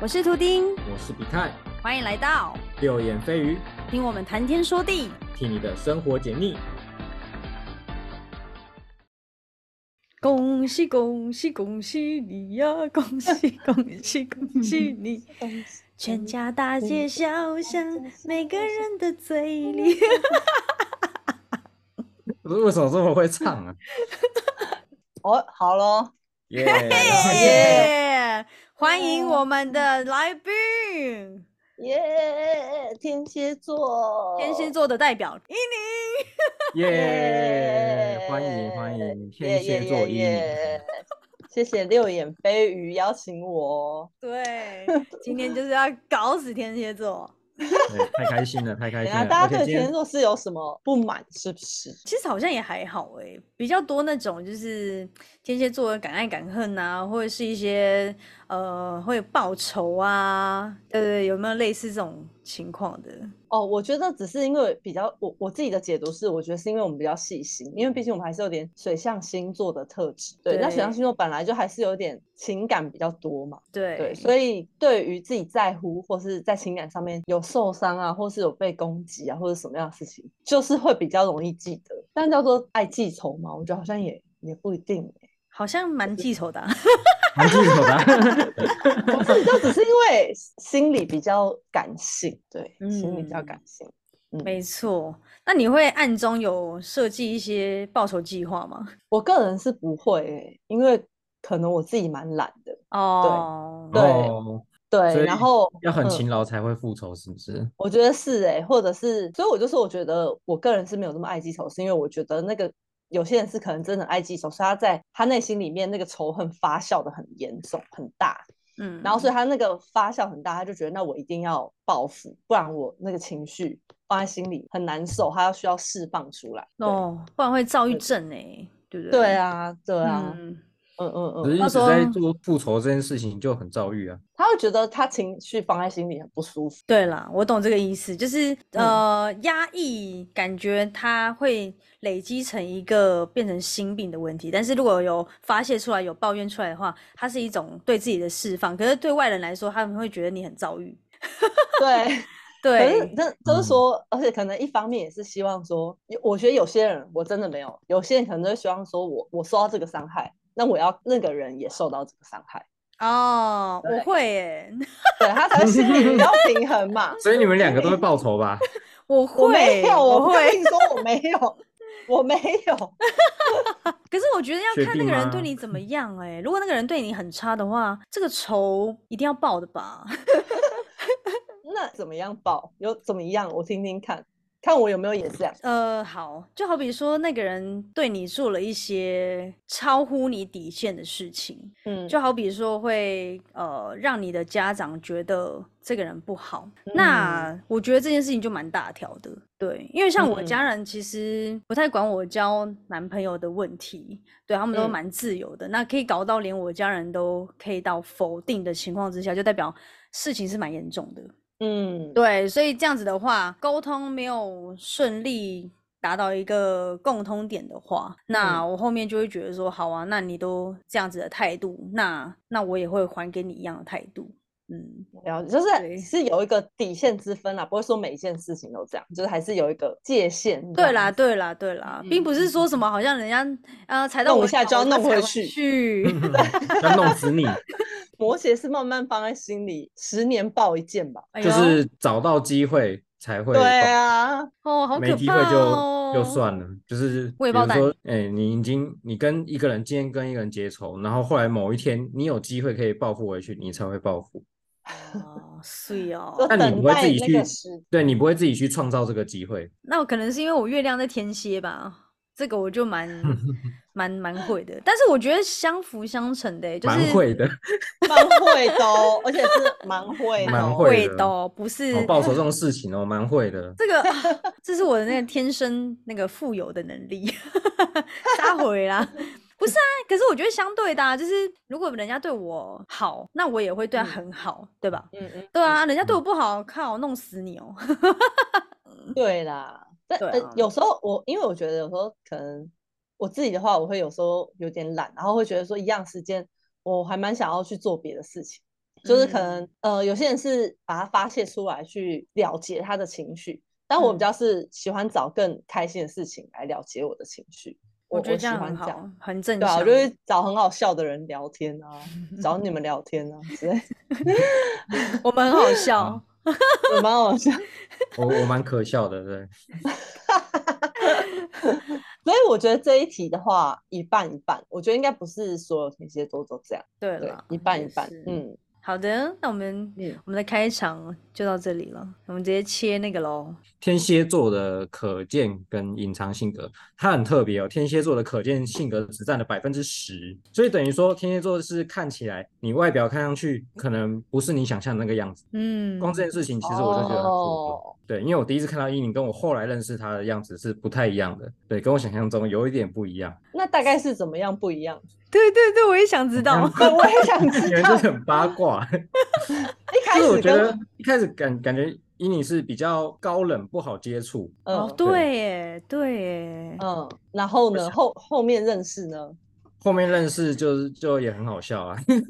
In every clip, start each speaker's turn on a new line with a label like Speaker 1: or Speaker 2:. Speaker 1: 我是图丁，
Speaker 2: 我是比泰，
Speaker 1: 欢迎来到
Speaker 2: 六眼飞鱼，
Speaker 1: 听我们谈天说地。
Speaker 2: 替你的生活解腻。
Speaker 1: 恭喜恭喜恭喜你呀、恭喜 恭喜恭喜你！全家大街小巷，每个人的嘴里。
Speaker 2: 我说为什么这么会唱啊？
Speaker 3: 哦，好喽，
Speaker 2: 耶、
Speaker 1: 哎耶！ 欢迎我们的来宾，
Speaker 3: 耶、天蝎座，
Speaker 1: 天蝎座的代表伊
Speaker 2: 耶！欢迎欢迎，天蝎座一
Speaker 3: 耶耶耶耶谢谢六眼飞鱼邀请我，
Speaker 1: 宁。对， 今天就是要搞死天蝎座。
Speaker 2: 对，太开心了，太开
Speaker 3: 等一
Speaker 2: 心
Speaker 3: 下
Speaker 2: 了。
Speaker 3: 大
Speaker 2: 而
Speaker 3: 家
Speaker 2: 且
Speaker 3: 对
Speaker 2: 今
Speaker 3: 天蝎
Speaker 2: 天
Speaker 3: 座是有什么不满是不是？
Speaker 1: 其实好像也还好诶、比较多那种就是天蝎座的敢爱敢恨啊，或者是一些呃会报仇啊，对对对，有没有类似这种情况的？
Speaker 3: 哦，我觉得只是因为比较，我我自己的解读是，我觉得是因为我们比较细心，因为毕竟我们还是有点水象星座的特质。对，那水象
Speaker 1: 对
Speaker 3: 星座本来就还是有点情感比较多嘛。
Speaker 1: 对，
Speaker 3: 对，所以对于自己在乎或是在情感上面有受伤啊，或是有被攻击啊，或者什么样的事情，就是会比较容易记得。但叫做爱记仇嘛，我觉得好像也也不一定、欸。
Speaker 1: 好像蛮记仇的 啊、
Speaker 2: 蛮记仇的。啊
Speaker 3: 不是，就只是因为心里比较感性，对，心里比较
Speaker 1: 嗯
Speaker 3: 感性。
Speaker 1: 没错。那你会暗中有设计一些报仇计划吗？
Speaker 3: 我个人是不会、欸，因为可能我自己蛮懒的。
Speaker 1: 哦，
Speaker 3: 对
Speaker 2: 哦，所
Speaker 3: 对，
Speaker 2: 以
Speaker 3: 然后
Speaker 2: 要很
Speaker 3: 嗯
Speaker 2: 勤劳才会复仇，是不是？
Speaker 3: 我觉得是哎、或者是，所以我就说，我觉得我个人是没有那么爱记仇，是因为我觉得那个有些人是可能真的很爱记仇，所以他在他内心里面那个仇恨发酵的很严重很大，
Speaker 1: 嗯，
Speaker 3: 然后所以他那个发酵很大，他就觉得那我一定要报复，不然我那个情绪放在心里很难受，他要需要释放出来。对
Speaker 1: 哦，不然会躁郁
Speaker 3: 对
Speaker 1: 症哎、对不对？
Speaker 3: 对，啊，对啊，
Speaker 1: 嗯，
Speaker 3: 嗯嗯
Speaker 2: 可
Speaker 3: 嗯，
Speaker 2: 是一
Speaker 1: 他
Speaker 2: 直在
Speaker 1: 说
Speaker 2: 做复仇这件事情就很躁郁啊。
Speaker 3: 他会觉得他情绪放在心里很不舒服。
Speaker 1: 对啦，我懂这个意思，就是
Speaker 3: 嗯
Speaker 1: 呃，压抑感觉它会累积成一个变成心病的问题。但是如果有发泄出来、有抱怨出来的话，它是一种对自己的释放。可是对外人来说，他们会觉得你很躁郁。
Speaker 3: 对。可是
Speaker 1: 对，
Speaker 3: 那就是
Speaker 2: 嗯。
Speaker 3: 说，而且可能一方面也是希望说，有我觉得有些人我真的没有，有些人可能就会希望说我我受到这个伤害，那我要那个人也受到这个伤害，
Speaker 1: 哦，我
Speaker 3: 对
Speaker 1: 会耶，
Speaker 3: 对他才会心里比较平衡嘛
Speaker 2: 所以你们两个都会报仇吧？
Speaker 1: 我
Speaker 3: 我没
Speaker 1: 会，
Speaker 3: 有，
Speaker 1: 我
Speaker 3: 我
Speaker 1: 会。
Speaker 3: 跟你说我没 有，我没有。
Speaker 1: 可是我觉得要
Speaker 2: 确
Speaker 1: 看那
Speaker 2: 定
Speaker 1: 个人对
Speaker 2: 吗
Speaker 1: 你怎么样哎、如果那个人对你很差的话，这个仇一定要报的吧？
Speaker 3: 那怎么样报？有怎么样？我听听看，看我有没有也这样。
Speaker 1: 呃，好，就好比说那个人对你做了一些超乎你底线的事情，
Speaker 3: 嗯，
Speaker 1: 就好比说会呃让你的家长觉得这个人不好，
Speaker 3: 嗯
Speaker 1: 那我觉得这件事情就蛮大条的，对，因为像我
Speaker 3: 嗯嗯
Speaker 1: 家人其实不太管我交男朋友的问题，对他们都
Speaker 3: 嗯
Speaker 1: 蛮自由的，那可以搞到连我家人都可以到否定的情况之下，就代表事情是蛮严重的。
Speaker 3: 嗯，
Speaker 1: 对，所以这样子的话，沟通没有顺利达到一个共通点的话，那
Speaker 3: 嗯
Speaker 1: 我后面就会觉得说，好啊，那你都这样子的态度，那那我也会还给你一样的态度。嗯，
Speaker 3: 了解，就
Speaker 1: 对
Speaker 3: 是是有一个底线之分啦，不会说每一件事情都这样，就是还是有一个界限。你知道
Speaker 1: 对
Speaker 3: 吗
Speaker 1: 啦，对啦，对啦，并
Speaker 3: 嗯
Speaker 1: 不是说什么好像人家呃踩到
Speaker 3: 弄
Speaker 1: 我
Speaker 3: 一下
Speaker 1: 脚
Speaker 3: 就要
Speaker 1: 我
Speaker 3: 弄
Speaker 1: 踩
Speaker 3: 回
Speaker 1: 去
Speaker 3: 去
Speaker 2: 要弄死你，
Speaker 3: 摩羯是慢慢放在心里，十年报一件吧。
Speaker 1: 哎
Speaker 2: 就
Speaker 1: 呦
Speaker 2: 是找到机会才会报。
Speaker 3: 对 啊，
Speaker 1: 哦，好
Speaker 2: 没
Speaker 1: 可
Speaker 2: 机会
Speaker 1: 怕
Speaker 2: 就
Speaker 1: 哦，
Speaker 2: 就算了，就是
Speaker 1: 未
Speaker 2: 比
Speaker 1: 爆
Speaker 2: 如
Speaker 1: 弹
Speaker 2: 说，哎、你已经你跟一个人今天跟一个人结仇，然后后来某一天你有机会可以报复回去，你才会报复。
Speaker 1: 哦，碎 哦。
Speaker 3: 就
Speaker 2: 但你
Speaker 3: 等
Speaker 2: 不会自
Speaker 3: 待
Speaker 2: 己
Speaker 3: 那个
Speaker 2: 去
Speaker 3: 时
Speaker 2: 对你不会自己去创造这个机会，
Speaker 1: 那我可能是因为我月亮在天蝎吧，这个我就蛮蛮蛮会的。但是我觉得相辅相成的欸、就
Speaker 2: 蛮
Speaker 1: 是
Speaker 2: 会的。
Speaker 3: 蛮会的哦，而且是蛮会的
Speaker 2: 蛮
Speaker 3: 哦。
Speaker 2: 会
Speaker 1: 会
Speaker 2: 的
Speaker 1: 的哦，不是、
Speaker 2: 哦，报仇 这种事情哦，蛮会的。
Speaker 1: 这个啊，这是我的那个天生那个富有的能力， 撒回啦。不是啊，可是我觉得相对的、啊，就是如果人家对我好，那我也会对他
Speaker 3: 嗯
Speaker 1: 很好，对吧？
Speaker 3: 嗯嗯，
Speaker 1: 对啊，人家对我不好，靠，弄死你哦！
Speaker 3: 嗯对啦。但
Speaker 1: 对啊
Speaker 3: 呃，有时候我因为我觉得有时候可能我自己的话，我会有时候有点懒，然后会觉得说一样时间我还蛮想要去做别的事情，就是可能
Speaker 1: 嗯
Speaker 3: 呃，有些人是把它发泄出来去了结他的情绪，但我
Speaker 1: 嗯
Speaker 3: 比较是喜欢找更开心的事情来了结我的情绪。我
Speaker 1: 我觉得
Speaker 3: 喜
Speaker 1: 这样
Speaker 3: 欢
Speaker 1: 很
Speaker 3: 这样
Speaker 1: 好，很正
Speaker 3: 对啊，
Speaker 1: 向。
Speaker 3: 我就会找很好笑的人聊天啊，找你们聊天啊之类的，
Speaker 1: 我们很好
Speaker 3: 嗯
Speaker 1: 笑，
Speaker 3: 也蛮好笑。
Speaker 2: 我我蛮可笑的，对，
Speaker 3: 所以我觉得这一题的话，一半一半，我觉得应该不是所有天蝎座都这样，
Speaker 1: 对
Speaker 3: 对
Speaker 1: 了，，
Speaker 3: 一半一
Speaker 1: 也
Speaker 3: 半
Speaker 1: 是。
Speaker 3: 嗯
Speaker 1: 好的，那我们
Speaker 3: 嗯，
Speaker 1: 我们的开场就到这里了，我们直接切那个喽。
Speaker 2: 天蝎座的可见跟隐藏性格，它很特别哦。天蝎座的可见性格只占了百分之十，所以等于说天蝎座是看起来你外表看上去可能不是你想象的那个样子。
Speaker 1: 嗯，
Speaker 2: 光这件事情，其实我就觉得很酷。
Speaker 3: 哦，
Speaker 2: 对，因为我第一次看到伊宁，跟我后来认识他的样子是不太一样的，对，跟我想象中有一点不一 样。
Speaker 3: 那大概是怎么样不一 样？
Speaker 1: 对对对，我也想知道。
Speaker 3: 对，我也想
Speaker 2: 你
Speaker 3: 知
Speaker 2: 们
Speaker 3: 道
Speaker 2: 就是。很八卦，
Speaker 3: 一 开
Speaker 2: 就是我
Speaker 3: 始
Speaker 2: 觉
Speaker 3: 跟
Speaker 2: 得一开始感感觉伊宁是比较高冷，不好接触，
Speaker 3: 嗯
Speaker 1: 哦，对耶，对耶，
Speaker 3: 嗯，然后呢，后后面认识呢，
Speaker 2: 后面认识就是就也很好笑啊，
Speaker 3: 嗯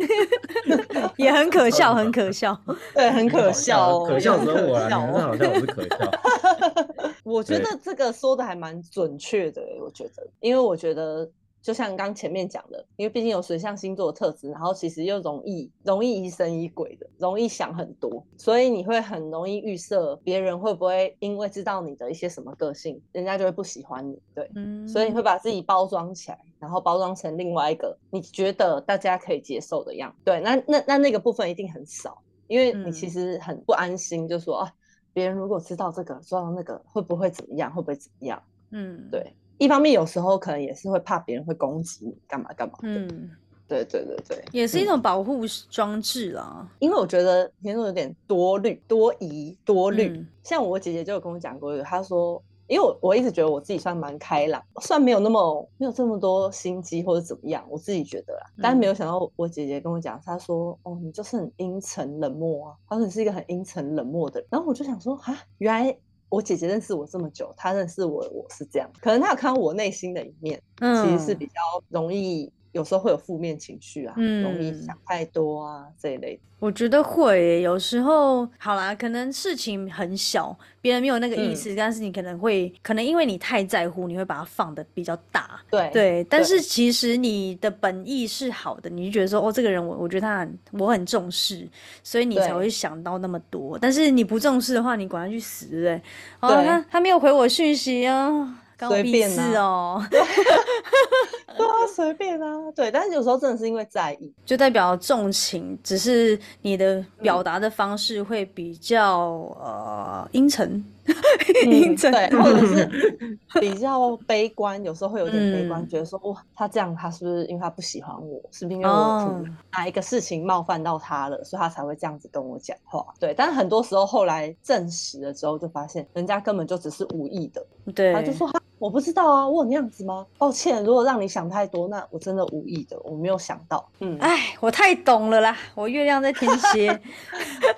Speaker 1: 也很可
Speaker 2: 超
Speaker 1: 笑，
Speaker 2: 级
Speaker 1: 很
Speaker 2: 好
Speaker 1: 可 笑。
Speaker 3: 对，很可
Speaker 2: 好
Speaker 3: 笑哦，
Speaker 2: 可笑
Speaker 3: 很
Speaker 2: 只有我啦，啊你
Speaker 3: 笑
Speaker 2: 们是
Speaker 3: 哦
Speaker 2: 好笑，我是可笑。
Speaker 3: 我觉
Speaker 2: 对
Speaker 3: 得这个说的还蛮准确的欸，我觉得，因为我觉得就像刚前面讲的，因为毕竟有水象星座的特质，然后其实又容易容易疑神疑鬼的，容易想很多，所以你会很容易预设别人会不会因为知道你的一些什么个性，人家就会不喜欢你，对，
Speaker 1: 嗯，
Speaker 3: 所以会把自己包装起来，然后包装成另外一个你觉得大家可以接受的样子。对，那那那那个部分一定很少，因为你其
Speaker 1: 嗯
Speaker 3: 实很不安心，就说啊，别人如果知道这个，知道那个，会不会怎么样？会不会怎么样？
Speaker 1: 嗯，
Speaker 3: 对，一方面有时候可能也是会怕别人会攻击你，干嘛干嘛的。
Speaker 1: 嗯，
Speaker 3: 对对对对，
Speaker 1: 也是一
Speaker 3: 嗯
Speaker 1: 种保护装置啦。
Speaker 3: 因为我觉得天蝎有点多虑、多疑、多虑。
Speaker 1: 嗯
Speaker 3: 像我姐姐就有跟我讲过一个，她说，因为我我一直觉得我自己算蛮开朗，算没有那么没有这么多心机或者怎么样，我自己觉得啦。但是
Speaker 1: 嗯
Speaker 3: 没有想到我姐姐跟我讲，她说，哦，你就是很阴沉冷漠啊，她说你是一个很阴沉冷漠的人。然后我就想说，啊，原来。我姐姐认识我这么久，她认识我，我是这样，可能她有看到我内心的一面，
Speaker 1: 嗯，
Speaker 3: 其实是比较容易，有时候会有负面情绪啊，容易
Speaker 1: 嗯
Speaker 3: 想太多啊这一类的。
Speaker 1: 我觉得会耶，有时候好啦，可能事情很小，别人没有那个意
Speaker 3: 嗯
Speaker 1: 思，但是你可能会，可能因为你太在乎，你会把它放的比较大。
Speaker 3: 对
Speaker 1: 对，但是其实你的本意是好的，你就觉得说，哦，这个人我我觉得他很我很重视，所以你才
Speaker 3: 对
Speaker 1: 会想到那么多。但是你不重视的话，你管他去死，对不对？哦，
Speaker 3: 对
Speaker 1: 他他没有回我讯息啊，关我
Speaker 3: 随
Speaker 1: 屁
Speaker 3: 便
Speaker 1: 事
Speaker 3: 啊
Speaker 1: 哦，
Speaker 3: 对啊，随便啊，对。但是有时候真的是因为在意，
Speaker 1: 就代表重情，只是你的表达的方式会比较、呃阴沉， 阴沉。
Speaker 3: 嗯对，或者是比较悲观，有时候会有点悲观，
Speaker 1: 嗯
Speaker 3: 觉得说哇，他这样，他是不是因为他不喜欢我？是不是因为我可能
Speaker 1: 哦
Speaker 3: 哪一个事情冒犯到他了，所以他才会这样子跟我讲话？对。但很多时候后来证实了之后，就发现人家根本就只是无意的，
Speaker 1: 对
Speaker 3: 他就说哈我不知道啊，我有那样子吗？抱歉，如果让你想太多，那我真的无意的，我没有想到。 嗯，
Speaker 1: 哎，我太懂了啦，我月亮在天 蝎，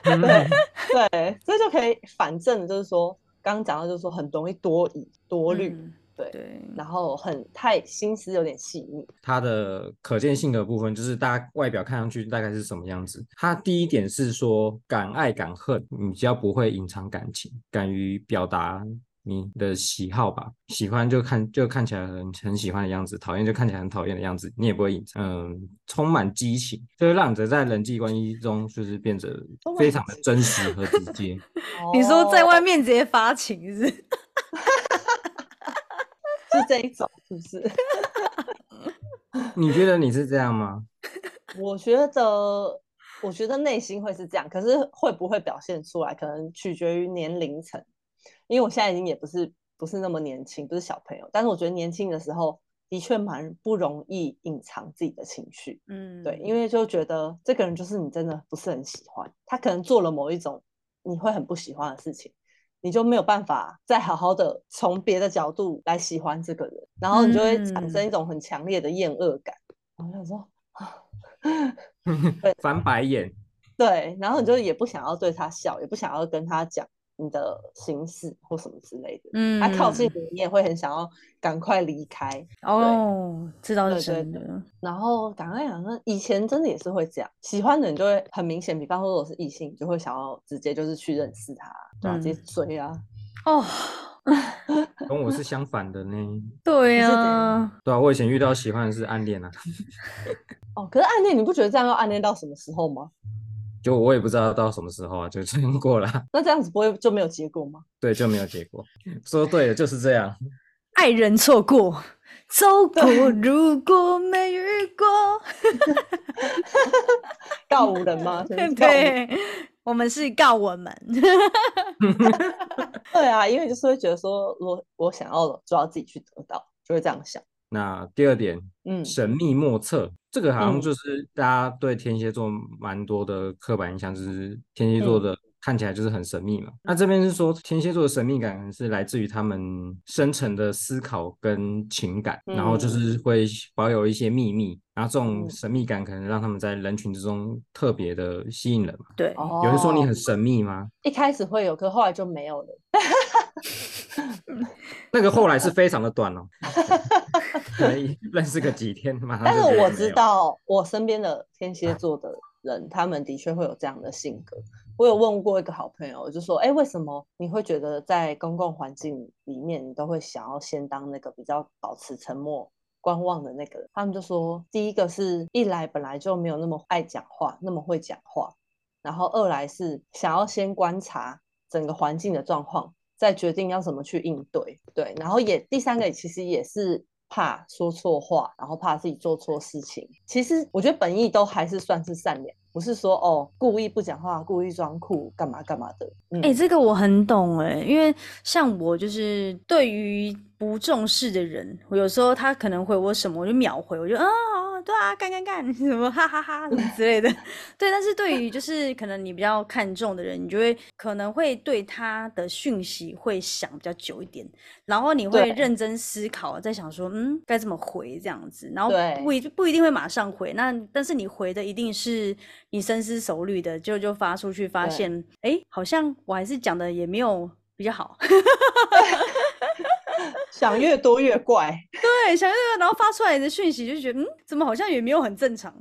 Speaker 2: 嗯
Speaker 3: 对，这就可以反证的，就是说刚刚讲到，就是说很容易多疑多虑，
Speaker 1: 嗯
Speaker 3: 对
Speaker 1: 对，
Speaker 3: 然后很太心思有点细腻。
Speaker 2: 他的可见性格部分就是大家外表看上去大概是什么样子。他第一点是说敢爱敢恨，你比较不会隐藏感情，敢于表达你的喜好吧。喜欢就看就看起来很很喜欢的样子，讨厌就看起来很讨厌的样子，你也不会隐藏。嗯，充满激情，就会让你在人际关系中就是变得
Speaker 3: 充满
Speaker 2: 非常的
Speaker 3: 激
Speaker 2: 真实和直 接。
Speaker 1: 你说在
Speaker 3: 哦
Speaker 1: 外面直接发情是不是？
Speaker 3: 是这一种，是不是？
Speaker 2: 你觉得你是这样吗？
Speaker 3: 我觉得，我觉得内心会是这样，可是会不会表现出来，可能取决于年龄层。因为我现在已经也不是不是那么年轻，不是小朋友，但是我觉得年轻的时候的确蛮不容易隐藏自己的情绪。
Speaker 1: 嗯，
Speaker 3: 对，因为就觉得这个人就是你真的不是很喜欢，他可能做了某一种你会很不喜欢的事情，你就没有办法再好好的从别的角度来喜欢这个人，然后你就会产
Speaker 1: 嗯
Speaker 3: 生一种很强烈的厌恶感。我想说，啊
Speaker 2: 翻白眼，
Speaker 3: 对，然后你就也不想要对他笑，也不想要跟他讲你的形式或什么之类的。
Speaker 1: 嗯，
Speaker 3: 他、靠近你，你也会很想要赶快离开。
Speaker 1: 哦，知道是
Speaker 3: 对
Speaker 1: 真
Speaker 3: 对
Speaker 1: 的，
Speaker 3: 然后赶快讲，那以前真的也是会这样，喜欢的人就会很明显，比方说我是异性，就会想要直接就是去认识他，对啊，直接
Speaker 2: 嗯
Speaker 3: 追啊，
Speaker 1: 哦，
Speaker 2: 跟我是相反的呢。
Speaker 1: 对
Speaker 3: 你是怎
Speaker 1: 啊，
Speaker 2: 对啊，我以前遇到喜欢的是暗恋啊，
Speaker 3: 哦，可是暗恋，你不觉得这样要暗恋到什么时候吗？
Speaker 2: 就我也不知道到什么时候啊，就 这样过了，
Speaker 3: 那这样子不会就没有结果吗？
Speaker 2: 对，就没有结果。
Speaker 3: 嗯
Speaker 2: 说对了，就是这样。
Speaker 1: 爱人错过，走过，
Speaker 3: 对
Speaker 1: 如果没遇过，
Speaker 3: 告五人 吗？真的是告五人
Speaker 1: 对，我们是告我们，
Speaker 3: 对啊，因为就是会觉得说，我我想要了，就要自己去得到，就会这样想。
Speaker 2: 那第二点，
Speaker 3: 嗯，
Speaker 2: 神秘莫测，这个好
Speaker 3: 嗯
Speaker 2: 像就是大家对天蝎座蛮多的刻板印象，就是天蝎座
Speaker 3: 嗯
Speaker 2: 的看起来就是很神秘嘛。那这边是说天蝎座的神秘感是来自于他们深层的思考跟情感，然后就
Speaker 3: 嗯
Speaker 2: 是会保有一些秘密，然后这种
Speaker 3: 嗯
Speaker 2: 神秘感可能让他们在人群之中特别的吸引人嘛。
Speaker 1: 对，
Speaker 3: 哦，
Speaker 2: 有人说你很神秘吗？
Speaker 3: 一开始会有，可后来就没有了。
Speaker 2: 那个后来是非常的短哦，可能 认识个几天，马上
Speaker 3: 但
Speaker 2: 就是觉得
Speaker 3: 我
Speaker 2: 没
Speaker 3: 知
Speaker 2: 有
Speaker 3: 道，我身边的天蝎座的人，他们的确会有这样的性格。我有问过一个好朋友，我就说，哎、为什么你会觉得在公共环境里面，你都会想要先当那个比较保持沉默、观望的那个人？他们就说，第一个是一来本来就没有那么爱讲话，那么会讲话，然后二来是想要先观察整个环境的状况，再决定要怎么去应对。对，然后也第三个其实也是怕说错话，然后怕自己做错事情。其实我觉得本意都还是算是善良，不是说哦故意不讲话，故意装酷干嘛干嘛的。嗯，
Speaker 1: 哎、这个我很懂哎、因为像我就是对于不重视的人，我有时候他可能回我什么，我就秒回，我就啊、好对啊，干干干， 什么哈哈哈什么之类的。对，但是对于就是可能你比较看重的人，你就会可能会对他的讯息会想比较久一点，然后你会
Speaker 3: 对
Speaker 1: 认真思考，在想说嗯该怎么回这样子，然后
Speaker 3: 对
Speaker 1: 不一不一定会马上回，那但是你回的一定是你深思熟虑的，就就发出去，发
Speaker 3: 对
Speaker 1: 现哎、诶好像我还是讲的也没有比较 好，
Speaker 3: 想越多越怪。
Speaker 1: 对，想这个，然后发出来的讯息就觉得嗯，怎么好像也没有很正常，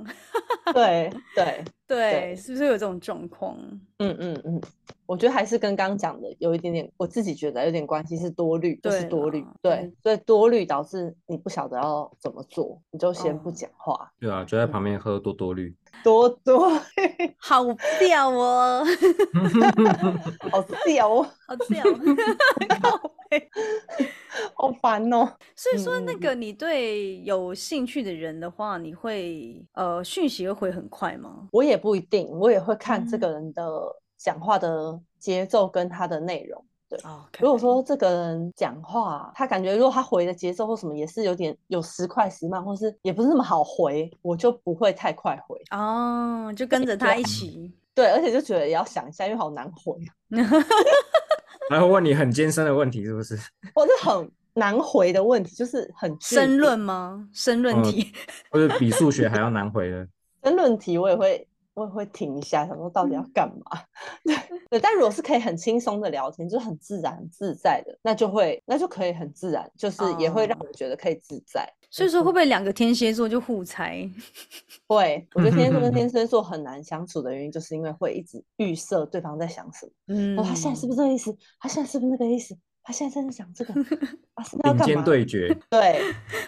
Speaker 3: 对对，
Speaker 1: 对，
Speaker 3: 对
Speaker 1: 是不是有这种状况？
Speaker 3: 嗯嗯嗯，我觉得还是跟刚刚讲的有一点点，我自己觉得有点关系，是多虑，就是
Speaker 1: 对
Speaker 3: 多虑
Speaker 1: 啦，
Speaker 3: 对，所以多虑导致你不晓得要怎么做，你就先不
Speaker 1: 哦
Speaker 3: 讲话，
Speaker 2: 对啊，就在旁边喝多多绿。
Speaker 3: 多多
Speaker 1: 好屌哦，
Speaker 3: 好屌哦，
Speaker 1: 好 屌， 靠北
Speaker 3: 好烦哦。
Speaker 1: 所以说，那
Speaker 3: 嗯嗯嗯
Speaker 1: 个你对有兴趣的人的话，你会呃讯息会回很快吗？
Speaker 3: 我也不一定，我也会看这
Speaker 1: 嗯
Speaker 3: 个人的讲话的节奏跟他的内容。
Speaker 1: 哦，
Speaker 3: 如果说这个人讲话，他感觉如果他回的节奏或什么也是有点有时快时慢，或是也不是那么好回，我就不会太快回。
Speaker 1: 哦，就跟着他一起，
Speaker 3: 对，而且就觉得也要想一下，因为好难回，
Speaker 2: 然后问你很艰深的问题，是不是？
Speaker 3: 我是很难回的问题， 就是哦很具
Speaker 1: 申
Speaker 3: 体
Speaker 1: 论吗？申论
Speaker 2: 嗯
Speaker 1: 题，
Speaker 2: 或者比数学还要难回的？
Speaker 3: 申论题我也会，我也会停一下，想说到底
Speaker 1: 嗯
Speaker 3: 要干嘛？ 对，但如果是可以很轻松的聊天，就是很自然很自在的，那就会，那就可以很自然，就是也会
Speaker 1: 哦
Speaker 3: 让我觉得可以自在。
Speaker 1: 所以说会不会两个天蝎座就互猜？
Speaker 3: 会，我觉得天蝎座跟天蝎座很难相处的原因，就是因为会一直预设对方在想什么。
Speaker 1: 嗯
Speaker 3: 哦，他现在是不是这个意思？他现在是不是那个意思？他现在在 想这个，啊，是 要
Speaker 2: 顶
Speaker 3: 干
Speaker 2: 尖
Speaker 3: 嘛？
Speaker 2: 对决，
Speaker 3: 对，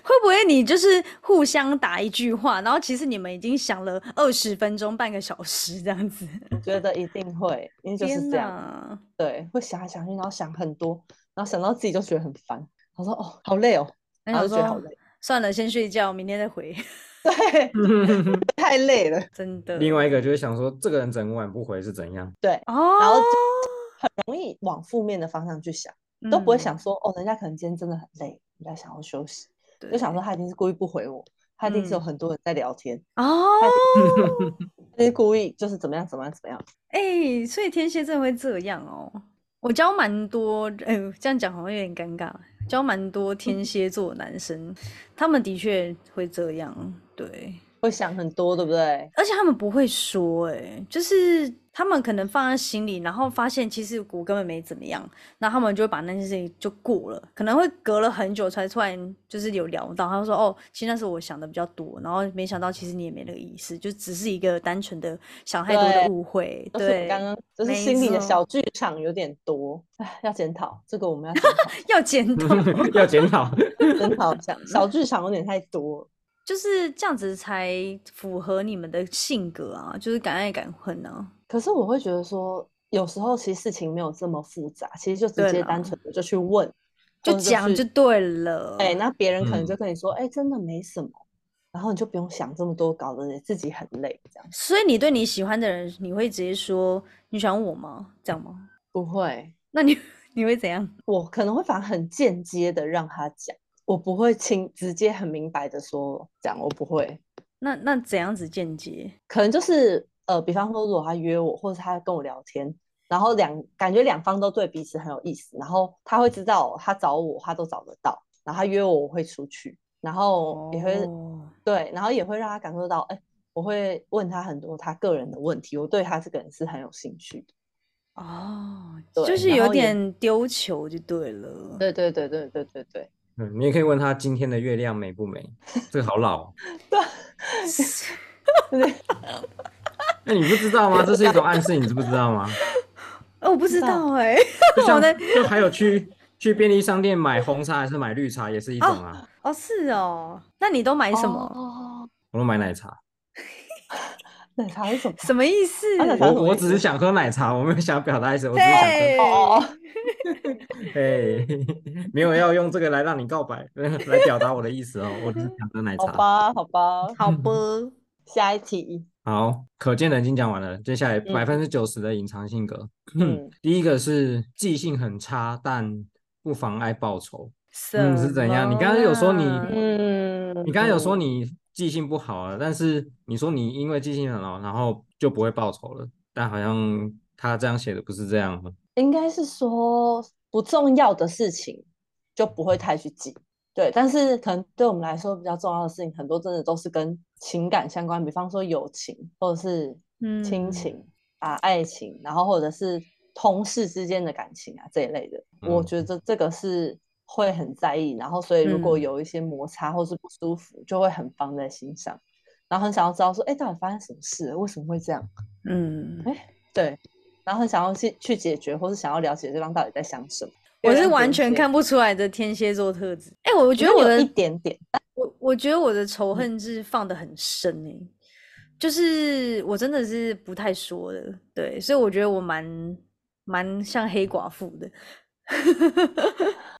Speaker 1: 会不会你就是互相打一句话，然后其实你们已经想了二十分钟、半个小时这样子？
Speaker 3: 我觉得一定会，因为 就是
Speaker 1: 天
Speaker 3: 这样，
Speaker 1: 哪！
Speaker 3: 对，会想来想去，然后想很多，然后想到自己就觉得很烦。我说哦，好累哦，
Speaker 1: 那
Speaker 3: 然后
Speaker 1: 想
Speaker 3: 就觉得好
Speaker 1: 说
Speaker 3: 累，
Speaker 1: 算了，先睡觉，明天再回。
Speaker 3: 对， 太累了，
Speaker 1: 真的。
Speaker 2: 另外一个就是想说，这个人整晚不回是怎样？
Speaker 3: 对，
Speaker 1: 哦，
Speaker 3: 然后很容易往负面的方向去想，都不会想说哦，人家可能今天真的很累，人家想要休息，
Speaker 1: 嗯，
Speaker 3: 就想说
Speaker 1: 对
Speaker 3: 他一定是故意不回我，他一定是有
Speaker 1: 嗯
Speaker 3: 很多人在聊天，
Speaker 1: 哦，
Speaker 3: 他是故意就是怎么样怎么样怎么样，
Speaker 1: 哎、所以天蝎真的会这样哦。我交蛮多，哎、这样讲好像有点尴尬。
Speaker 3: 嗯
Speaker 1: 交蛮多天蝎座的男生，他们的确会这样，对，
Speaker 3: 会想很多，对不对？
Speaker 1: 而且他们不会说、欸，哎，就是他们可能放在心里，然后发现其实我根本没怎么样，然后他们就会把那件事情就过了，可能会隔了很久才突然就是有聊到，他就说哦，其实那时候我想的比较多，然后没想到其实你也没那个意思，就只是一个单纯的想太多的
Speaker 3: 对
Speaker 1: 误会，
Speaker 3: 都是我
Speaker 1: 对，
Speaker 3: 刚刚就是
Speaker 1: 没
Speaker 3: 心里的
Speaker 1: 错
Speaker 3: 小剧场有点多，唉，要检讨这个，我们要检讨
Speaker 1: 要检讨。
Speaker 2: 要检讨。
Speaker 3: 检讨一下，小剧场有点太多了。
Speaker 1: 就是这样子才符合你们的性格啊，就是敢爱敢恨啊。
Speaker 3: 可是我会觉得说，有时候其实事情没有这么复杂，其实就直
Speaker 1: 对
Speaker 3: 接
Speaker 1: 啦
Speaker 3: 单纯的就去问，
Speaker 1: 就
Speaker 3: 或者
Speaker 1: 讲
Speaker 3: 去
Speaker 1: 就呃对了，
Speaker 3: 哎、那别人可能就
Speaker 2: 嗯
Speaker 3: 跟你说，哎、真的没什么，然后你就不用想这么多，搞得自己很累，这样
Speaker 1: 所以你对你喜欢的人，你会直接说你喜欢我吗？这样吗？
Speaker 3: 不会，
Speaker 1: 那你 你会怎样？
Speaker 3: 我可能会反而很间接的让他讲，我不会清直接很明白的说讲，我不会，
Speaker 1: 那那怎样子间接？
Speaker 3: 可能就是呃，比方说如果他约我，或者他跟我聊天，然后两感觉两方都对彼此很有意思，然后他会知道他找我，他都找得到，然后他约我，我会出去，然后也会、
Speaker 1: 哦
Speaker 3: 对，然后也会让他感受到，哎，我会问他很多他个人的问题，我对他这个人是很有兴趣的。
Speaker 1: 哦，
Speaker 3: 对
Speaker 1: 就是
Speaker 3: 然
Speaker 1: 有
Speaker 3: 后也
Speaker 1: 点丢球就对了。
Speaker 3: 对对对对对对对，
Speaker 2: 嗯，你也可以问他今天的月亮美不美，这个好老哦。那、你不知道吗？这是一种暗示，你知不知道吗？
Speaker 1: 哦，我不知
Speaker 3: 知道
Speaker 1: 道哎、
Speaker 2: 就像
Speaker 1: 我在
Speaker 2: 就还有去去便利商店买红茶还是买绿茶也是一种啊。
Speaker 1: 哦是哦，那你都买什么？
Speaker 3: 哦，
Speaker 2: 我都买奶茶，
Speaker 3: 奶茶是什么？
Speaker 1: 什么意思？
Speaker 3: 啊奶茶
Speaker 2: 我
Speaker 3: 什么
Speaker 2: 我
Speaker 3: 意
Speaker 2: 只
Speaker 3: 思
Speaker 2: 是想喝奶茶，我没有想表达意思，我只是想
Speaker 1: 对
Speaker 2: 喝。
Speaker 3: 哦，
Speaker 2: 嘿， 没有要用这个来让你告白，呃来表达我的意思哦，我只是想喝奶
Speaker 3: 好
Speaker 2: 茶。
Speaker 3: 吧好吧，
Speaker 1: 好
Speaker 2: 嗯
Speaker 1: 不？
Speaker 3: 下一题，
Speaker 2: 好，可见的已经讲完了，接下来
Speaker 3: 嗯
Speaker 2: 百分之九十的隐藏性格，
Speaker 3: 嗯
Speaker 2: 第一个是记性很差，但不妨碍报仇。
Speaker 1: 什
Speaker 2: 嗯是怎样你刚刚有说你
Speaker 1: 么啊
Speaker 3: 嗯，
Speaker 2: 你刚才有说
Speaker 3: 嗯
Speaker 2: 你记性不好啊，但是你说你因为记性很好，然后就不会报仇了，但好像他这样写的不是这样。
Speaker 3: 应该是说不重要的事情就不会太去记，对。但是可能对我们来说比较重要的事情，很多真的都是跟情感相关，比方说友情，或者是亲
Speaker 1: 嗯
Speaker 3: 情、啊、爱情，然后或者是同事之间的感情啊这一类的。我
Speaker 2: 嗯
Speaker 3: 觉得这个是会很在意，然后所以如果
Speaker 1: 嗯
Speaker 3: 有一些摩擦或是不舒服，就会很放在心上，然后很想要知道说，哎，到底发生什么事了？为什么会这样？
Speaker 1: 嗯，
Speaker 3: 哎对，然后很想要去去解决，或是想要了解对方到底在想什么。
Speaker 1: 我
Speaker 3: 有
Speaker 1: 是
Speaker 3: 点
Speaker 1: 完
Speaker 3: 点
Speaker 1: 全
Speaker 3: 点
Speaker 1: 看不出来的天蝎座特质。哎、我觉得
Speaker 3: 有
Speaker 1: 我的
Speaker 3: 一点点，
Speaker 1: 我我觉得我的
Speaker 3: 嗯
Speaker 1: 仇恨是放得很深诶、就是我真的是不太说的，对，所以我觉得我蛮蛮像黑寡妇的。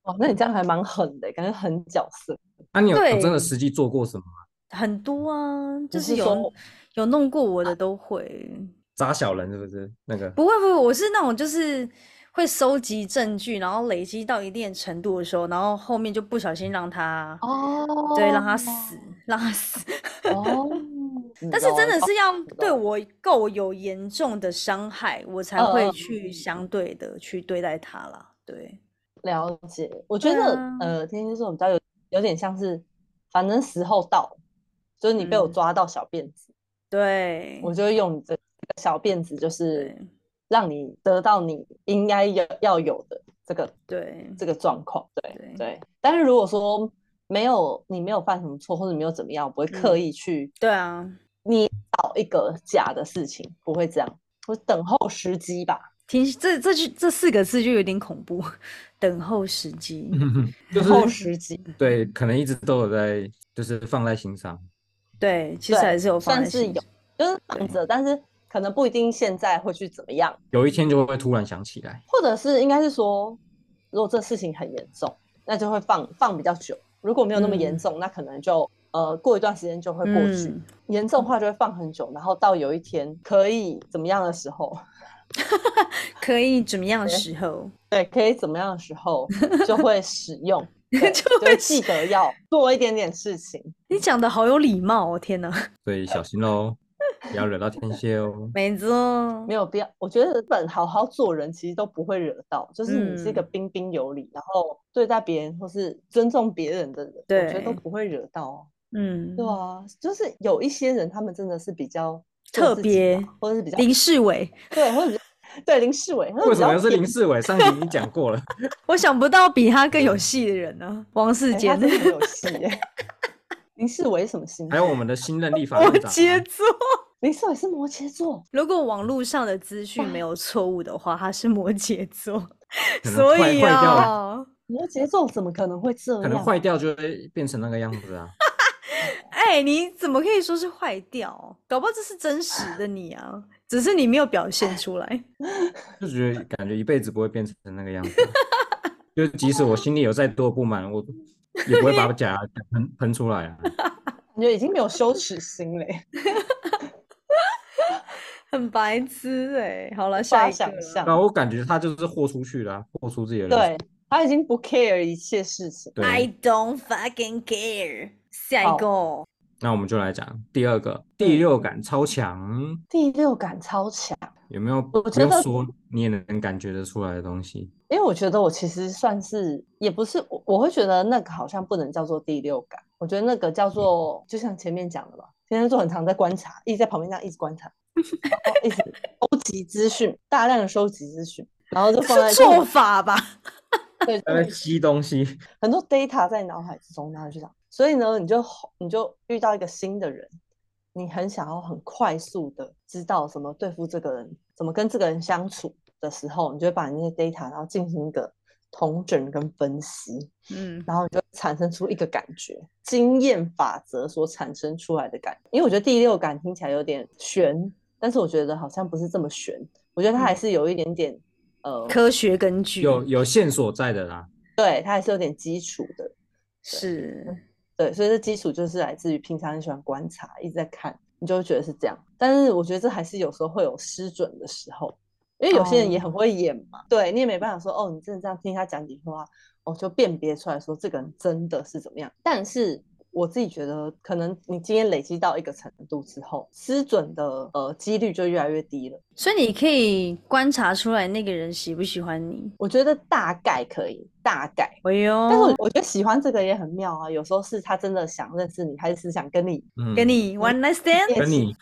Speaker 3: 哇，那你这样还蛮狠的，感觉很角色。
Speaker 2: 啊，你有
Speaker 1: 对
Speaker 2: 真的实际做过什么吗？
Speaker 1: 很多啊，就
Speaker 3: 你
Speaker 1: 是
Speaker 3: 是
Speaker 1: 有
Speaker 3: 说啊
Speaker 1: 有弄过我的都会，
Speaker 2: 扎小人是不是？那个
Speaker 1: 不会不会，我是那种就是会收集证据，然后累积到一定程度的时候，然后后面就不小心让他，
Speaker 3: 哦
Speaker 1: 对，让他死，让他死。，
Speaker 3: 哦
Speaker 1: 但是真的
Speaker 3: 哦
Speaker 1: 是要对
Speaker 3: 懂
Speaker 1: 我够有严重的伤害，我才会
Speaker 3: 嗯嗯
Speaker 1: 去相对的去对待他啦。对，
Speaker 3: 了解。我觉
Speaker 1: 对
Speaker 3: 得
Speaker 1: 啊
Speaker 3: 呃，天蝎座比较有有点像是，反正时候到了，就是你被我
Speaker 1: 嗯
Speaker 3: 抓到小辫子，
Speaker 1: 对，
Speaker 3: 我就会用你这这个小辫子，就是
Speaker 1: 对
Speaker 3: 让你得到你应该有要有的这个
Speaker 1: 对
Speaker 3: 这个状况，对
Speaker 1: 对
Speaker 3: 对。但是如果说没有你没有犯什么错，或者你没有怎么样，我不会刻
Speaker 1: 嗯
Speaker 3: 意去
Speaker 1: 对啊，
Speaker 3: 找一个假的事情，不会这样，我等候时机吧。
Speaker 1: 听这这句这四个字就有点恐怖， 等候时机。
Speaker 3: 嗯
Speaker 2: 就
Speaker 3: 等候
Speaker 2: 是
Speaker 3: 时机，
Speaker 2: 对，可能一直都有在，就是放在心上。
Speaker 1: 对，其实
Speaker 3: 对
Speaker 1: 还是有放
Speaker 3: 算
Speaker 1: 在
Speaker 3: 是
Speaker 1: 心
Speaker 3: 有
Speaker 1: 上。
Speaker 3: 就是放着，但是可能不一定现在会去怎么样，
Speaker 2: 有一天就会突然想起来，
Speaker 3: 或者是应该是说，如果这事情很严重，那就会放放比较久；如果没有那么严
Speaker 1: 嗯
Speaker 3: 重，那可能就呃过一段时间就会过去。
Speaker 1: 嗯
Speaker 3: 严重的话就会放很久，然后到有一天可以怎么样的时候，
Speaker 1: 可以怎么样的
Speaker 3: 对
Speaker 1: 时候？
Speaker 3: 对，可以怎么样的 时候就会使用，对
Speaker 1: 就
Speaker 3: 就
Speaker 1: 会
Speaker 3: 会记得要做一点点事情。
Speaker 1: 你讲的好有礼貌哦！天哪，
Speaker 2: 所以小心喽，不要惹到天蝎 哦。
Speaker 1: 没错
Speaker 3: 没，有必要，我觉得本好好做人，其实都不会惹到，就是你是一个
Speaker 1: 嗯
Speaker 3: 彬彬有礼，然后对待别人或是尊重别人的人，我觉得都
Speaker 1: 对
Speaker 3: 不会惹到、哦。
Speaker 1: 嗯，
Speaker 3: 对啊，就是有一些人，他们真的是比较
Speaker 1: 特
Speaker 3: 做自己吧
Speaker 1: 别
Speaker 3: 或者是比较
Speaker 1: 林世伟，
Speaker 3: 对，或者比较对林世伟，他们
Speaker 2: 为
Speaker 3: 比
Speaker 2: 什么
Speaker 3: 较
Speaker 2: 又是林
Speaker 3: 偏
Speaker 2: 世伟？上集已经讲过了，
Speaker 1: 我想不到比他更有戏的人呢、王世
Speaker 3: 哎
Speaker 1: 坚，
Speaker 3: 他真的很有戏耶。林世伟什么星
Speaker 2: 还
Speaker 3: 座？
Speaker 2: 有我们的新任立法
Speaker 1: 摩
Speaker 2: 院长啊，
Speaker 1: 羯座。
Speaker 3: 林世伟是摩羯座，
Speaker 1: 如果网络上的资讯没有错误的话，他是摩羯 座，
Speaker 2: 可能
Speaker 1: 所
Speaker 2: 坏
Speaker 1: 以
Speaker 2: 坏掉了
Speaker 1: 啊，
Speaker 3: 摩羯座怎么可能会这样？
Speaker 2: 可能坏掉就会变成那个样子啊。
Speaker 1: 哎、你怎么可以说是坏掉？搞不好这是真实的你啊，只是你没有表现出来。
Speaker 2: 就觉得感觉一辈子不会变成那个样子啊。就即使我心里有再多不满，我也不会把假牙喷喷出来啊。
Speaker 3: 感觉已经没有羞耻心嘞。
Speaker 1: 很白痴哎、好了，
Speaker 3: 无
Speaker 1: 下
Speaker 3: 法
Speaker 1: 一个
Speaker 3: 想
Speaker 1: 了
Speaker 3: 象
Speaker 2: 然啊后我感觉他就是豁出去了啊、豁出自己的人
Speaker 3: 对
Speaker 2: 生。，
Speaker 3: 他已经不 care 一切事情。
Speaker 1: I don't fucking care。下一
Speaker 3: 好
Speaker 1: 个，
Speaker 2: 那我们就来讲第二个，
Speaker 3: 对
Speaker 2: 第六感超强，
Speaker 3: 第六感超强，
Speaker 2: 有没有
Speaker 3: 我
Speaker 2: 不
Speaker 3: 觉
Speaker 2: 用
Speaker 3: 得
Speaker 2: 说你也能感觉得出来的东西？
Speaker 3: 因为我觉得我其实算是，也不是我，我会觉得那个好像不能叫做第六感，我觉得那个叫做，就像前面讲的嘛，天蝎座很常在观察，一直在旁边这样一直观察，然后一直收集资讯，大量的收集资讯，然后就放在
Speaker 1: 这是哦做法吧？
Speaker 3: 对，
Speaker 2: 他在吸东西，
Speaker 3: 很多 data 在脑海之中，然后就这样，所以呢，你就你就遇到一个新的人，你很想要很快速的知道怎么对付这个人，怎么跟这个人相处的时候，你就会把那些 data 然后进行一个统整跟分析，
Speaker 1: 嗯，
Speaker 3: 然后你就会产生出一个感觉，经验法则所产生出来的感觉。因为我觉得第六感听起来有点悬，但是我觉得好像不是这么悬，我觉得它还是有一点点。呃，
Speaker 1: 科学根据
Speaker 2: 有有线索在的啦。
Speaker 3: 对，它还是有点基础的，
Speaker 1: 是，
Speaker 3: 对，所以这基础就是来自于平常你喜欢观察，一直在看，你就会觉得是这样。但是我觉得这还是有时候会有失准的时候，因为有些人
Speaker 2: 哦
Speaker 3: 也很会演嘛，对你也没办法说哦，你真的这样听他讲几句话，我、就辨别出来说这个人真的是怎么样。但是我自己觉得，可能你经验累积到一个程度之后，失准的呃几率就越来越低了。
Speaker 1: 所以你可以观察出来那个人喜不喜欢你。
Speaker 3: 我觉得大概可以，大概。
Speaker 1: 哎呦，
Speaker 3: 但是我我觉得喜欢这个也很妙啊，有时候是他真的想认识你，还是想跟你
Speaker 2: 嗯，
Speaker 1: 给你 one night stand，
Speaker 2: 跟你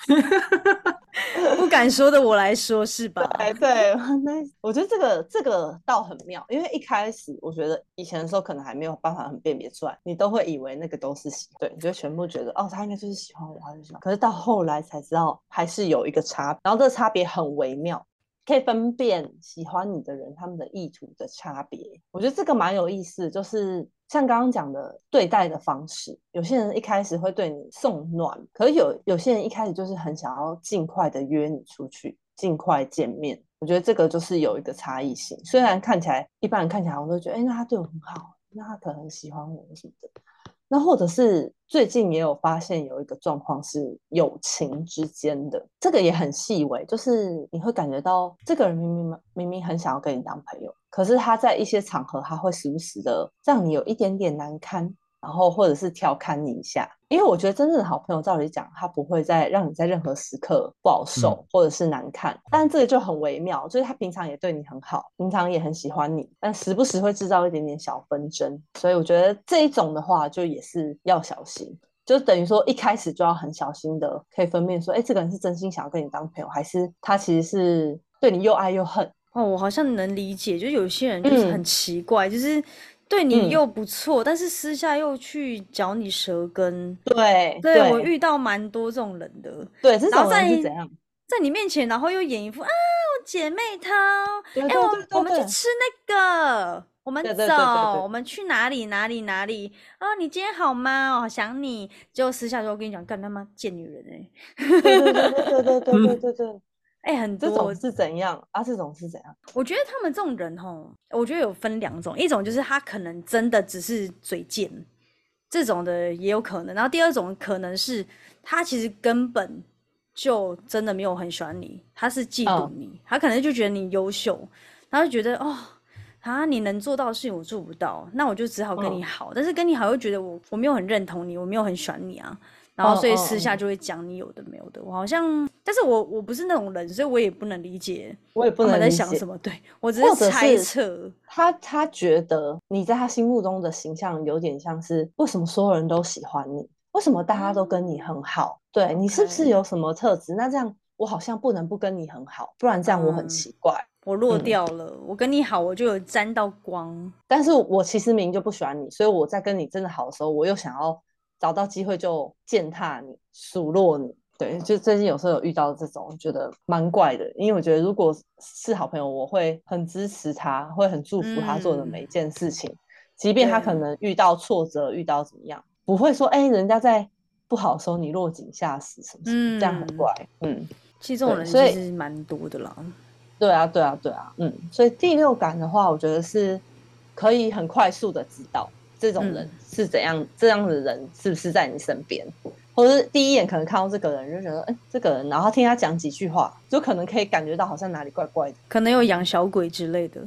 Speaker 1: 不敢说的我来说是吧？
Speaker 3: 哎，对，那我觉得这个这个倒很妙，因为一开始我觉得以前的时候可能还没有办法很辨别出来，你都会以为那个都是喜，对，你就全部觉得哦，他应该就是喜欢我，他就喜欢。可是到后来才知道还是有一个差别，然后这个差别很微妙，可以分辨喜欢你的人他们的意图的差别。我觉得这个蛮有意思，就是像刚刚讲的对待的方式，有些人一开始会对你送暖，可是有有些人一开始就是很想要尽快的约你出去，尽快见面。我觉得这个就是有一个差异性，虽然看起来一般人看起来我都觉得，哎，那他对我很好，那他可能很喜欢我什么的。那或者是最近也有发现有一个状况是友情之间的，这个也很细微，就是你会感觉到这个人明明明明很想要跟你当朋友，可是他在一些场合他会时不时的让你有一点点难堪，然后或者是调侃你一下。因为我觉得真正的好朋友，照理讲他不会在让你在任何时刻不好受、
Speaker 2: 嗯
Speaker 3: 或者是难看，但这个就很微妙，就是他平常也对你很好，平常也很喜欢你，但时不时会制造一点点小纷争，所以我觉得这一种的话，就也是要小心。就等于说一开始就要很小心的，可以分辨说，哎，这个人是真心想要跟你当朋友，还是他其实是对你又爱又恨？
Speaker 1: 哦，我好像能理解，就有些人就是很
Speaker 3: 嗯
Speaker 1: 奇怪，就是对
Speaker 3: 嗯
Speaker 1: 你又不错，但是私下又去嚼你舌根。
Speaker 3: 对
Speaker 1: 对我遇到蛮多这种人的，
Speaker 3: 对，这
Speaker 1: 然后
Speaker 3: 种
Speaker 1: 在
Speaker 3: 人是怎样？
Speaker 1: 在你面前，然后又演一副啊我姐妹淘，
Speaker 3: 哦对
Speaker 1: 哎、
Speaker 3: 对
Speaker 1: 我
Speaker 3: 对对
Speaker 1: 我们去
Speaker 3: 对
Speaker 1: 吃那个，我们
Speaker 3: 对
Speaker 1: 走，
Speaker 3: 对对对对
Speaker 1: 我们去哪里哪里哪里啊？你今天好吗？我好想你。结果私下就跟你讲，干他妈贱女人欸
Speaker 3: 对对对对对对对对对对，
Speaker 1: 哎、欸、哎，很
Speaker 3: 这
Speaker 1: 多
Speaker 3: 种是怎样啊？这种是怎样？
Speaker 1: 我觉得他们这种人吼，我觉得有分两种，一种就是他可能真的只是嘴贱，这种的也有可能。然后第二种可能是他其实根本就真的没有很喜欢你，他是嫉妒
Speaker 3: 嗯
Speaker 1: 你，他可能就觉得你优秀，他就觉得哦。啊，你能做到的事情我做不到，那我就只好跟你
Speaker 3: 嗯
Speaker 1: 好。但是跟你好又觉得我我没有很认同你，我没有很喜欢你啊，然后
Speaker 3: 嗯
Speaker 1: 所以
Speaker 3: 嗯
Speaker 1: 私下
Speaker 3: 嗯
Speaker 1: 就会讲你有的没有的。我好像，但是我我不是那种人，所以我也不能理解
Speaker 3: 我也不
Speaker 1: 他
Speaker 3: 能
Speaker 1: 们在
Speaker 3: 理
Speaker 1: 想
Speaker 3: 解
Speaker 1: 什么？对我只
Speaker 3: 或
Speaker 1: 是
Speaker 3: 者
Speaker 1: 猜
Speaker 3: 是
Speaker 1: 测，
Speaker 3: 他他觉得你在他心目中的形象有点像是为什么所有人都喜欢你，为什么大家都跟你很好？对你是不是
Speaker 1: OK
Speaker 3: 有什么特质？那这样我好像不能不跟你很好，不然这样我很
Speaker 1: 嗯
Speaker 3: 奇怪。
Speaker 1: 我落
Speaker 3: 嗯
Speaker 1: 掉了，我跟你好，我就有沾到光。
Speaker 3: 但是我其实明明就不喜欢你，所以我在跟你真的好的时候，我又想要找到机会就践踏你、数落你。对，就最近有时候有遇到这种，我觉得蛮怪的。因为我觉得如果是好朋友，我会很支持他，会很祝福他做的每一件事情，即便他可
Speaker 1: 嗯对
Speaker 3: 能遇到挫折、遇到怎么样，不会说哎、人家在不好的时候你落井下石什么什么，这样很
Speaker 1: 嗯
Speaker 3: 怪。嗯，
Speaker 1: 其实这种
Speaker 3: 对
Speaker 1: 人
Speaker 3: 所以
Speaker 1: 其实蛮多的啦。
Speaker 3: 对啊，对啊，对啊，嗯，所以第六感的话，我觉得是可以很快速的知道这种人
Speaker 1: 嗯
Speaker 3: 是怎样，这样的人是不是在你身边，或者是第一眼可能看到这个人就觉得，哎、这个人，然后听他讲几句话，就可能可以感觉到好像哪里怪怪的。
Speaker 1: 可能有养小鬼之类 的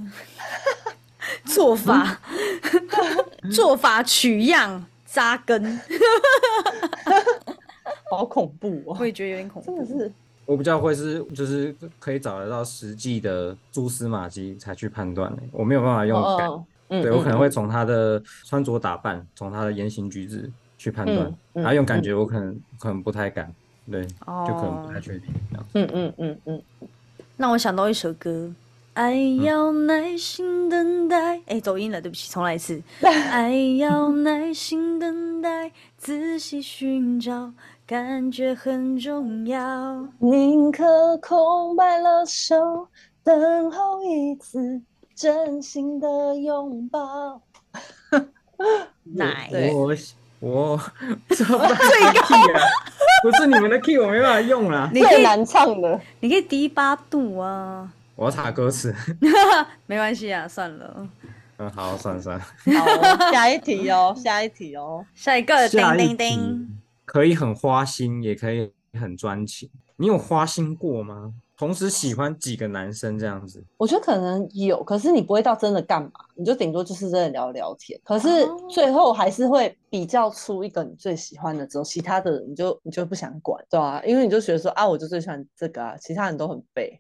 Speaker 1: 做法，做法取样扎根，
Speaker 3: 好恐怖哦
Speaker 1: 我，也觉得有点恐
Speaker 3: 真的
Speaker 1: 怖。
Speaker 3: 是，
Speaker 2: 我比较会是就是可以找得到实际的蛛丝马迹才去判断、欸，我没有办法用感，
Speaker 3: 哦，嗯，
Speaker 2: 对我可能
Speaker 3: 嗯
Speaker 2: 会
Speaker 3: 嗯
Speaker 2: 从他的穿着打扮，从他的言行举止去判断
Speaker 3: 嗯，嗯
Speaker 2: 然后用感
Speaker 3: 嗯
Speaker 2: 觉我可能可能不太敢，对，就可能不
Speaker 1: 哦
Speaker 2: 太确定这样。
Speaker 3: 嗯嗯嗯嗯，
Speaker 1: 让我想到一首歌，爱要耐心等待。哎，走音了，对不起，重来一次。爱要耐心等待，仔细寻找，感觉很重要。
Speaker 3: 宁可空白了手，等候一次真心的拥抱。
Speaker 1: 奶
Speaker 3: 对
Speaker 2: 我我这半个 key 啊，不是你们的 key，我没办法用啦。
Speaker 1: 你可
Speaker 3: 最
Speaker 1: 以，
Speaker 3: 难唱的，
Speaker 1: 你可以低八度啊，
Speaker 2: 我要查歌词。
Speaker 1: 没关系啊，算了。
Speaker 2: 嗯，好，算了算了。
Speaker 3: 好哦，下一题哦，下一题哦。
Speaker 1: 下一个，叮
Speaker 2: 下一
Speaker 1: 叮
Speaker 2: 题
Speaker 1: 叮。
Speaker 2: 可以很花心，也可以很专情。你有花心过吗？同时喜欢几个男生这样子？
Speaker 3: 我觉得可能有，可是你不会到真的干嘛，你就顶多就是真的聊聊天。可是
Speaker 1: 哦
Speaker 3: 最后还是会比较出一个你最喜欢的之后，其他的你就你就不想管，对啊，因为你就觉得说啊，我就最喜欢这个啊，其他人都很背。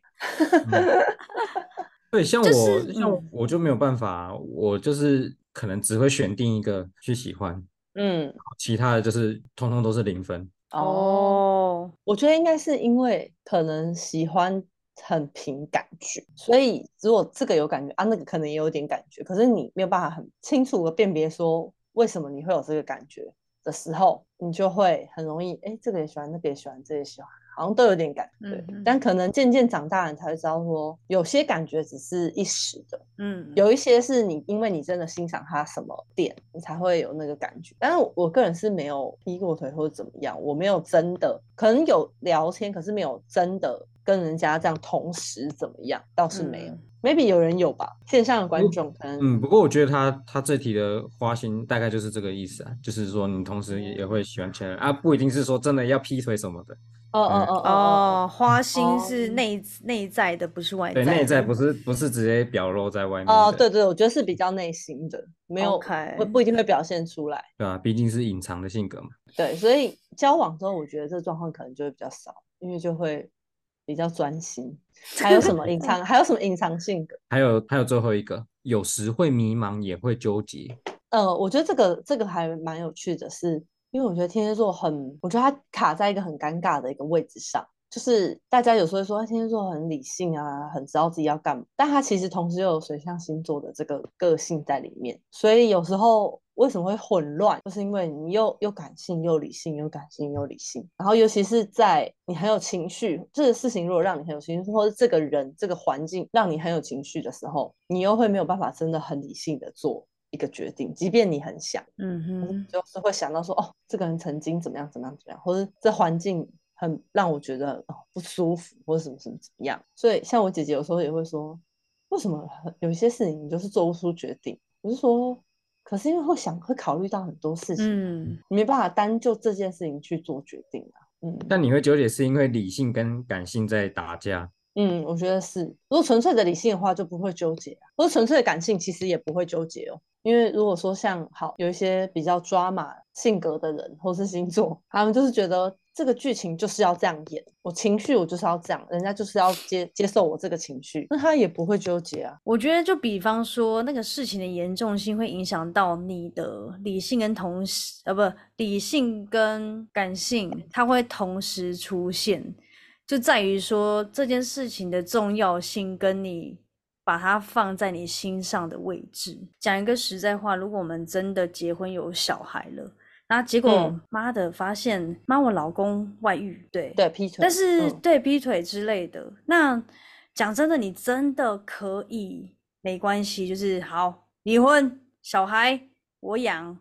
Speaker 2: 对，像我、
Speaker 1: 就是
Speaker 2: 像我
Speaker 1: 嗯
Speaker 2: 我就没有办法啊、我就是可能只会选定一个去喜欢，
Speaker 3: 嗯，
Speaker 2: 其他的就是通通都是零分。
Speaker 3: 哦，我觉得应该是因为可能喜欢很凭感觉，所以如果这个有感觉啊，那个可能也有点感觉，可是你没有办法很清楚的辨别说为什么你会有这个感觉的时候，你就会很容易，哎，这个也喜欢，那个也喜欢，这个也喜欢，好像都有点感觉。
Speaker 1: 嗯
Speaker 3: 但可能渐渐长大，你才会知道说，有些感觉只是一时的，
Speaker 1: 嗯，
Speaker 3: 有一些是你因为你真的欣赏他什么点，你才会有那个感觉。但是我我个人是没有劈过腿或者怎么样，我没有真的，可能有聊天，可是没有真的跟人家这样同时怎么样，倒是没有。
Speaker 1: 嗯
Speaker 3: Maybe 有人有吧，线上的观众可能、
Speaker 2: 嗯，不过我觉得他他这题的花心大概就是这个意思啊，就是说你同时
Speaker 3: 嗯
Speaker 2: 也也会喜欢其他人啊，不一定是说真的要劈腿什么的，
Speaker 3: 哦哦哦哦，
Speaker 1: 哦，花心
Speaker 3: 哦
Speaker 1: 是内内在的，不是外在
Speaker 2: 对，
Speaker 1: 的。
Speaker 2: 内在不是不是直接表露在外面
Speaker 3: 哦，
Speaker 2: 的
Speaker 3: 对对，我觉得是比较内心的，没有
Speaker 1: OK
Speaker 3: 不不一定会表现出来。
Speaker 2: 对吧、啊毕竟是隐藏的性格嘛。
Speaker 3: 对，所以交往之后，我觉得这状况可能就会比较少，因为就会比较专心。还有什么隐藏？还有什么隐藏性格？
Speaker 2: 还有还有最后一个，有时会迷茫，也会纠结。
Speaker 3: 呃，我觉得这个这个还蛮有趣的是，因为我觉得天蝎座很，我觉得他卡在一个很尴尬的一个位置上，就是大家有时候会说啊天蝎座很理性啊，很知道自己要干嘛，但他其实同时又有水象星座的这个个性在里面，所以有时候为什么会混乱，就是因为你又又感性又理性，又感性又理性，然后尤其是在你很有情绪，这个事情如果让你很有情绪，或者这个人这个环境让你很有情绪的时候，你又会没有办法真的很理性的做。一个决定，即便你很想，
Speaker 1: 嗯
Speaker 3: 可是
Speaker 1: 哼，
Speaker 3: 就是会想到说，哦，这个人曾经怎么样怎么样怎么样，或者这环境很让我觉得哦不舒服，或者什么什么怎么样。所以像我姐姐有时候也会说，为什么很有一些事情你就是做不出决定？我是说，可是因为会想会考虑到很多事情，
Speaker 1: 嗯，
Speaker 3: 你没办法单就这件事情去做决定啊。嗯，
Speaker 2: 但你会纠结，是因为理性跟感性在打架。
Speaker 3: 嗯，我觉得是。如果纯粹的理性的话，就不会纠结啊；如果纯粹的感性，其实也不会纠结哦。因为如果说像好有一些比较抓马性格的人，或是星座，他们就是觉得这个剧情就是要这样演，我情绪我就是要这样，人家就是要接接受我这个情绪，那他也不会纠结啊。
Speaker 1: 我觉得，就比方说那个事情的严重性会影响到你的理性跟同时，呃，不，理性跟感性，它会同时出现，就在于说这件事情的重要性跟你把它放在你心上的位置。讲一个实在话，如果我们真的结婚有小孩了，那结果、
Speaker 3: 嗯
Speaker 1: 妈的发现，妈我老公外遇，对
Speaker 3: 对，劈腿，
Speaker 1: 但是、
Speaker 3: 嗯
Speaker 1: 对劈腿之类的，那讲真的，你真的可以没关系，就是好离婚，小孩我养，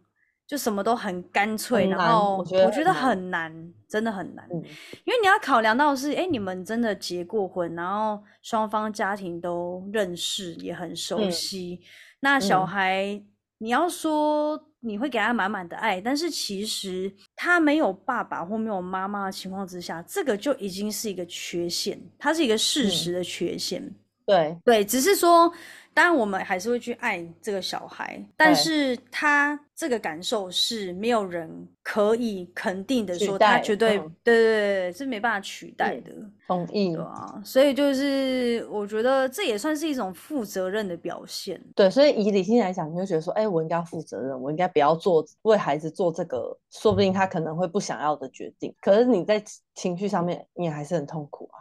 Speaker 1: 就什么都很干脆。
Speaker 3: 很
Speaker 1: 然
Speaker 3: 难
Speaker 1: 后
Speaker 3: 我觉得
Speaker 1: 我觉得
Speaker 3: 很难
Speaker 1: 很难，真的很难，
Speaker 3: 嗯
Speaker 1: 因为你要考量到的是，哎，你们真的结过婚，然后双方家庭都认识，也很熟
Speaker 3: 嗯
Speaker 1: 悉。那小
Speaker 3: 嗯
Speaker 1: 孩，你要说你会给他满满的爱，但是其实他没有爸爸或没有妈妈的情况之下，这个就已经是一个缺陷，它是一个事
Speaker 3: 嗯
Speaker 1: 实的缺陷。
Speaker 3: 对，
Speaker 1: 对，只是说，当然我们还是会去爱这个小孩，但
Speaker 3: 对
Speaker 1: 是他这个感受是没有人可以肯定的
Speaker 3: 取
Speaker 1: 说，他
Speaker 3: 代
Speaker 1: 绝对、
Speaker 3: 嗯
Speaker 1: 对对对是没办法取代
Speaker 3: 嗯
Speaker 1: 的，
Speaker 3: 同意
Speaker 1: 对。啊，所以就是我觉得这也算是一种负责任的表现。
Speaker 3: 对，所以以理性来讲，你会觉得说，哎、我应该要负责任，我应该不要做为孩子做这个，说不定他可能会不想要的决定。可是你在情情绪上面，你也还是很痛苦 啊。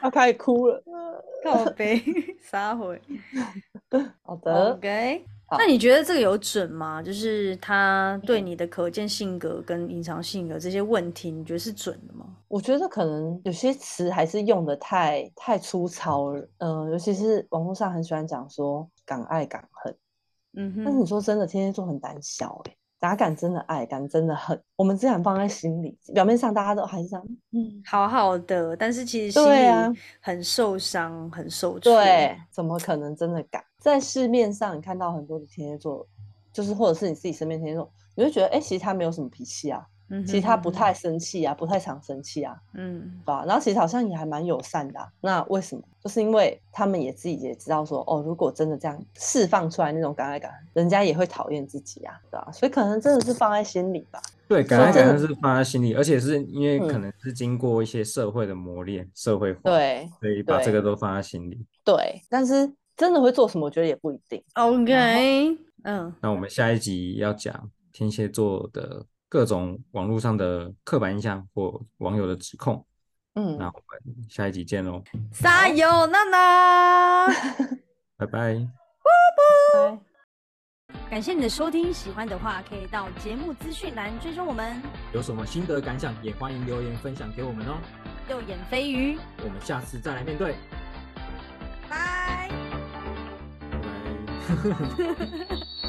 Speaker 3: 他开始哭了。
Speaker 1: 靠背，撒谎。
Speaker 3: 好的，
Speaker 1: OK，
Speaker 3: 好
Speaker 1: 那你觉得这个有准吗？就是他对
Speaker 3: 嗯
Speaker 1: 你的可见性格跟隐藏性格这些问题，你觉得是准的吗？
Speaker 3: 我觉得可能有些词还是用的太太粗糙了，嗯、尤其是网络上很喜欢讲说敢爱敢恨。
Speaker 1: 嗯
Speaker 3: 但是你
Speaker 1: 哼，
Speaker 3: 说真的，天蝎座很胆小哎、哪敢真的爱，敢真的恨。我们只想放在心里，表面上大家都还是这样，嗯，
Speaker 1: 好好的，但是其实心
Speaker 3: 对
Speaker 1: 里
Speaker 3: 啊
Speaker 1: 很受伤，很受挫。
Speaker 3: 对，怎么可能真的敢？在市面上你看到很多的天蝎座，就是或者是你自己身边天蝎座，你就觉得哎、诶其实他没有什么脾气啊，
Speaker 1: 嗯哼，
Speaker 3: 其实他
Speaker 1: 嗯
Speaker 3: 不
Speaker 1: 哼
Speaker 3: 太生气啊，不太常生气啊，
Speaker 1: 嗯
Speaker 3: 对吧？然后其实好像也还蛮友善的啊、那为什么？就是因为他们也自己也知道说，哦，如果真的这样释放出来那种敢爱敢恨，人家也会讨厌自己啊，对吧？所以可能真的是放在心里吧。
Speaker 2: 对，感
Speaker 3: 说
Speaker 2: 恩
Speaker 3: 真
Speaker 2: 感
Speaker 3: 的
Speaker 2: 恩是放在心里，而且是因为可
Speaker 3: 嗯
Speaker 2: 能是经过一些社会的磨练、社会化，
Speaker 3: 对
Speaker 2: 所以把这
Speaker 3: 对
Speaker 2: 个都放在心里。
Speaker 3: 对，但是真的会做什么，我觉得也不一定。
Speaker 1: ，OK，嗯，
Speaker 2: 那我们下一集要讲天蝎座的各种网络上的刻板印象或网友的指控。那
Speaker 3: 嗯，
Speaker 2: 我 们下一集见喽，
Speaker 1: 撒油娜娜。
Speaker 2: 拜拜。
Speaker 3: 拜。
Speaker 1: 感谢你的收听，喜欢的话可以到节目资讯栏追踪我们
Speaker 2: 有什么心得感想，也欢迎留言分享给我们哦。
Speaker 1: 右眼飞鱼，
Speaker 2: 我们下次再来面对。
Speaker 1: 拜。
Speaker 2: 拜拜。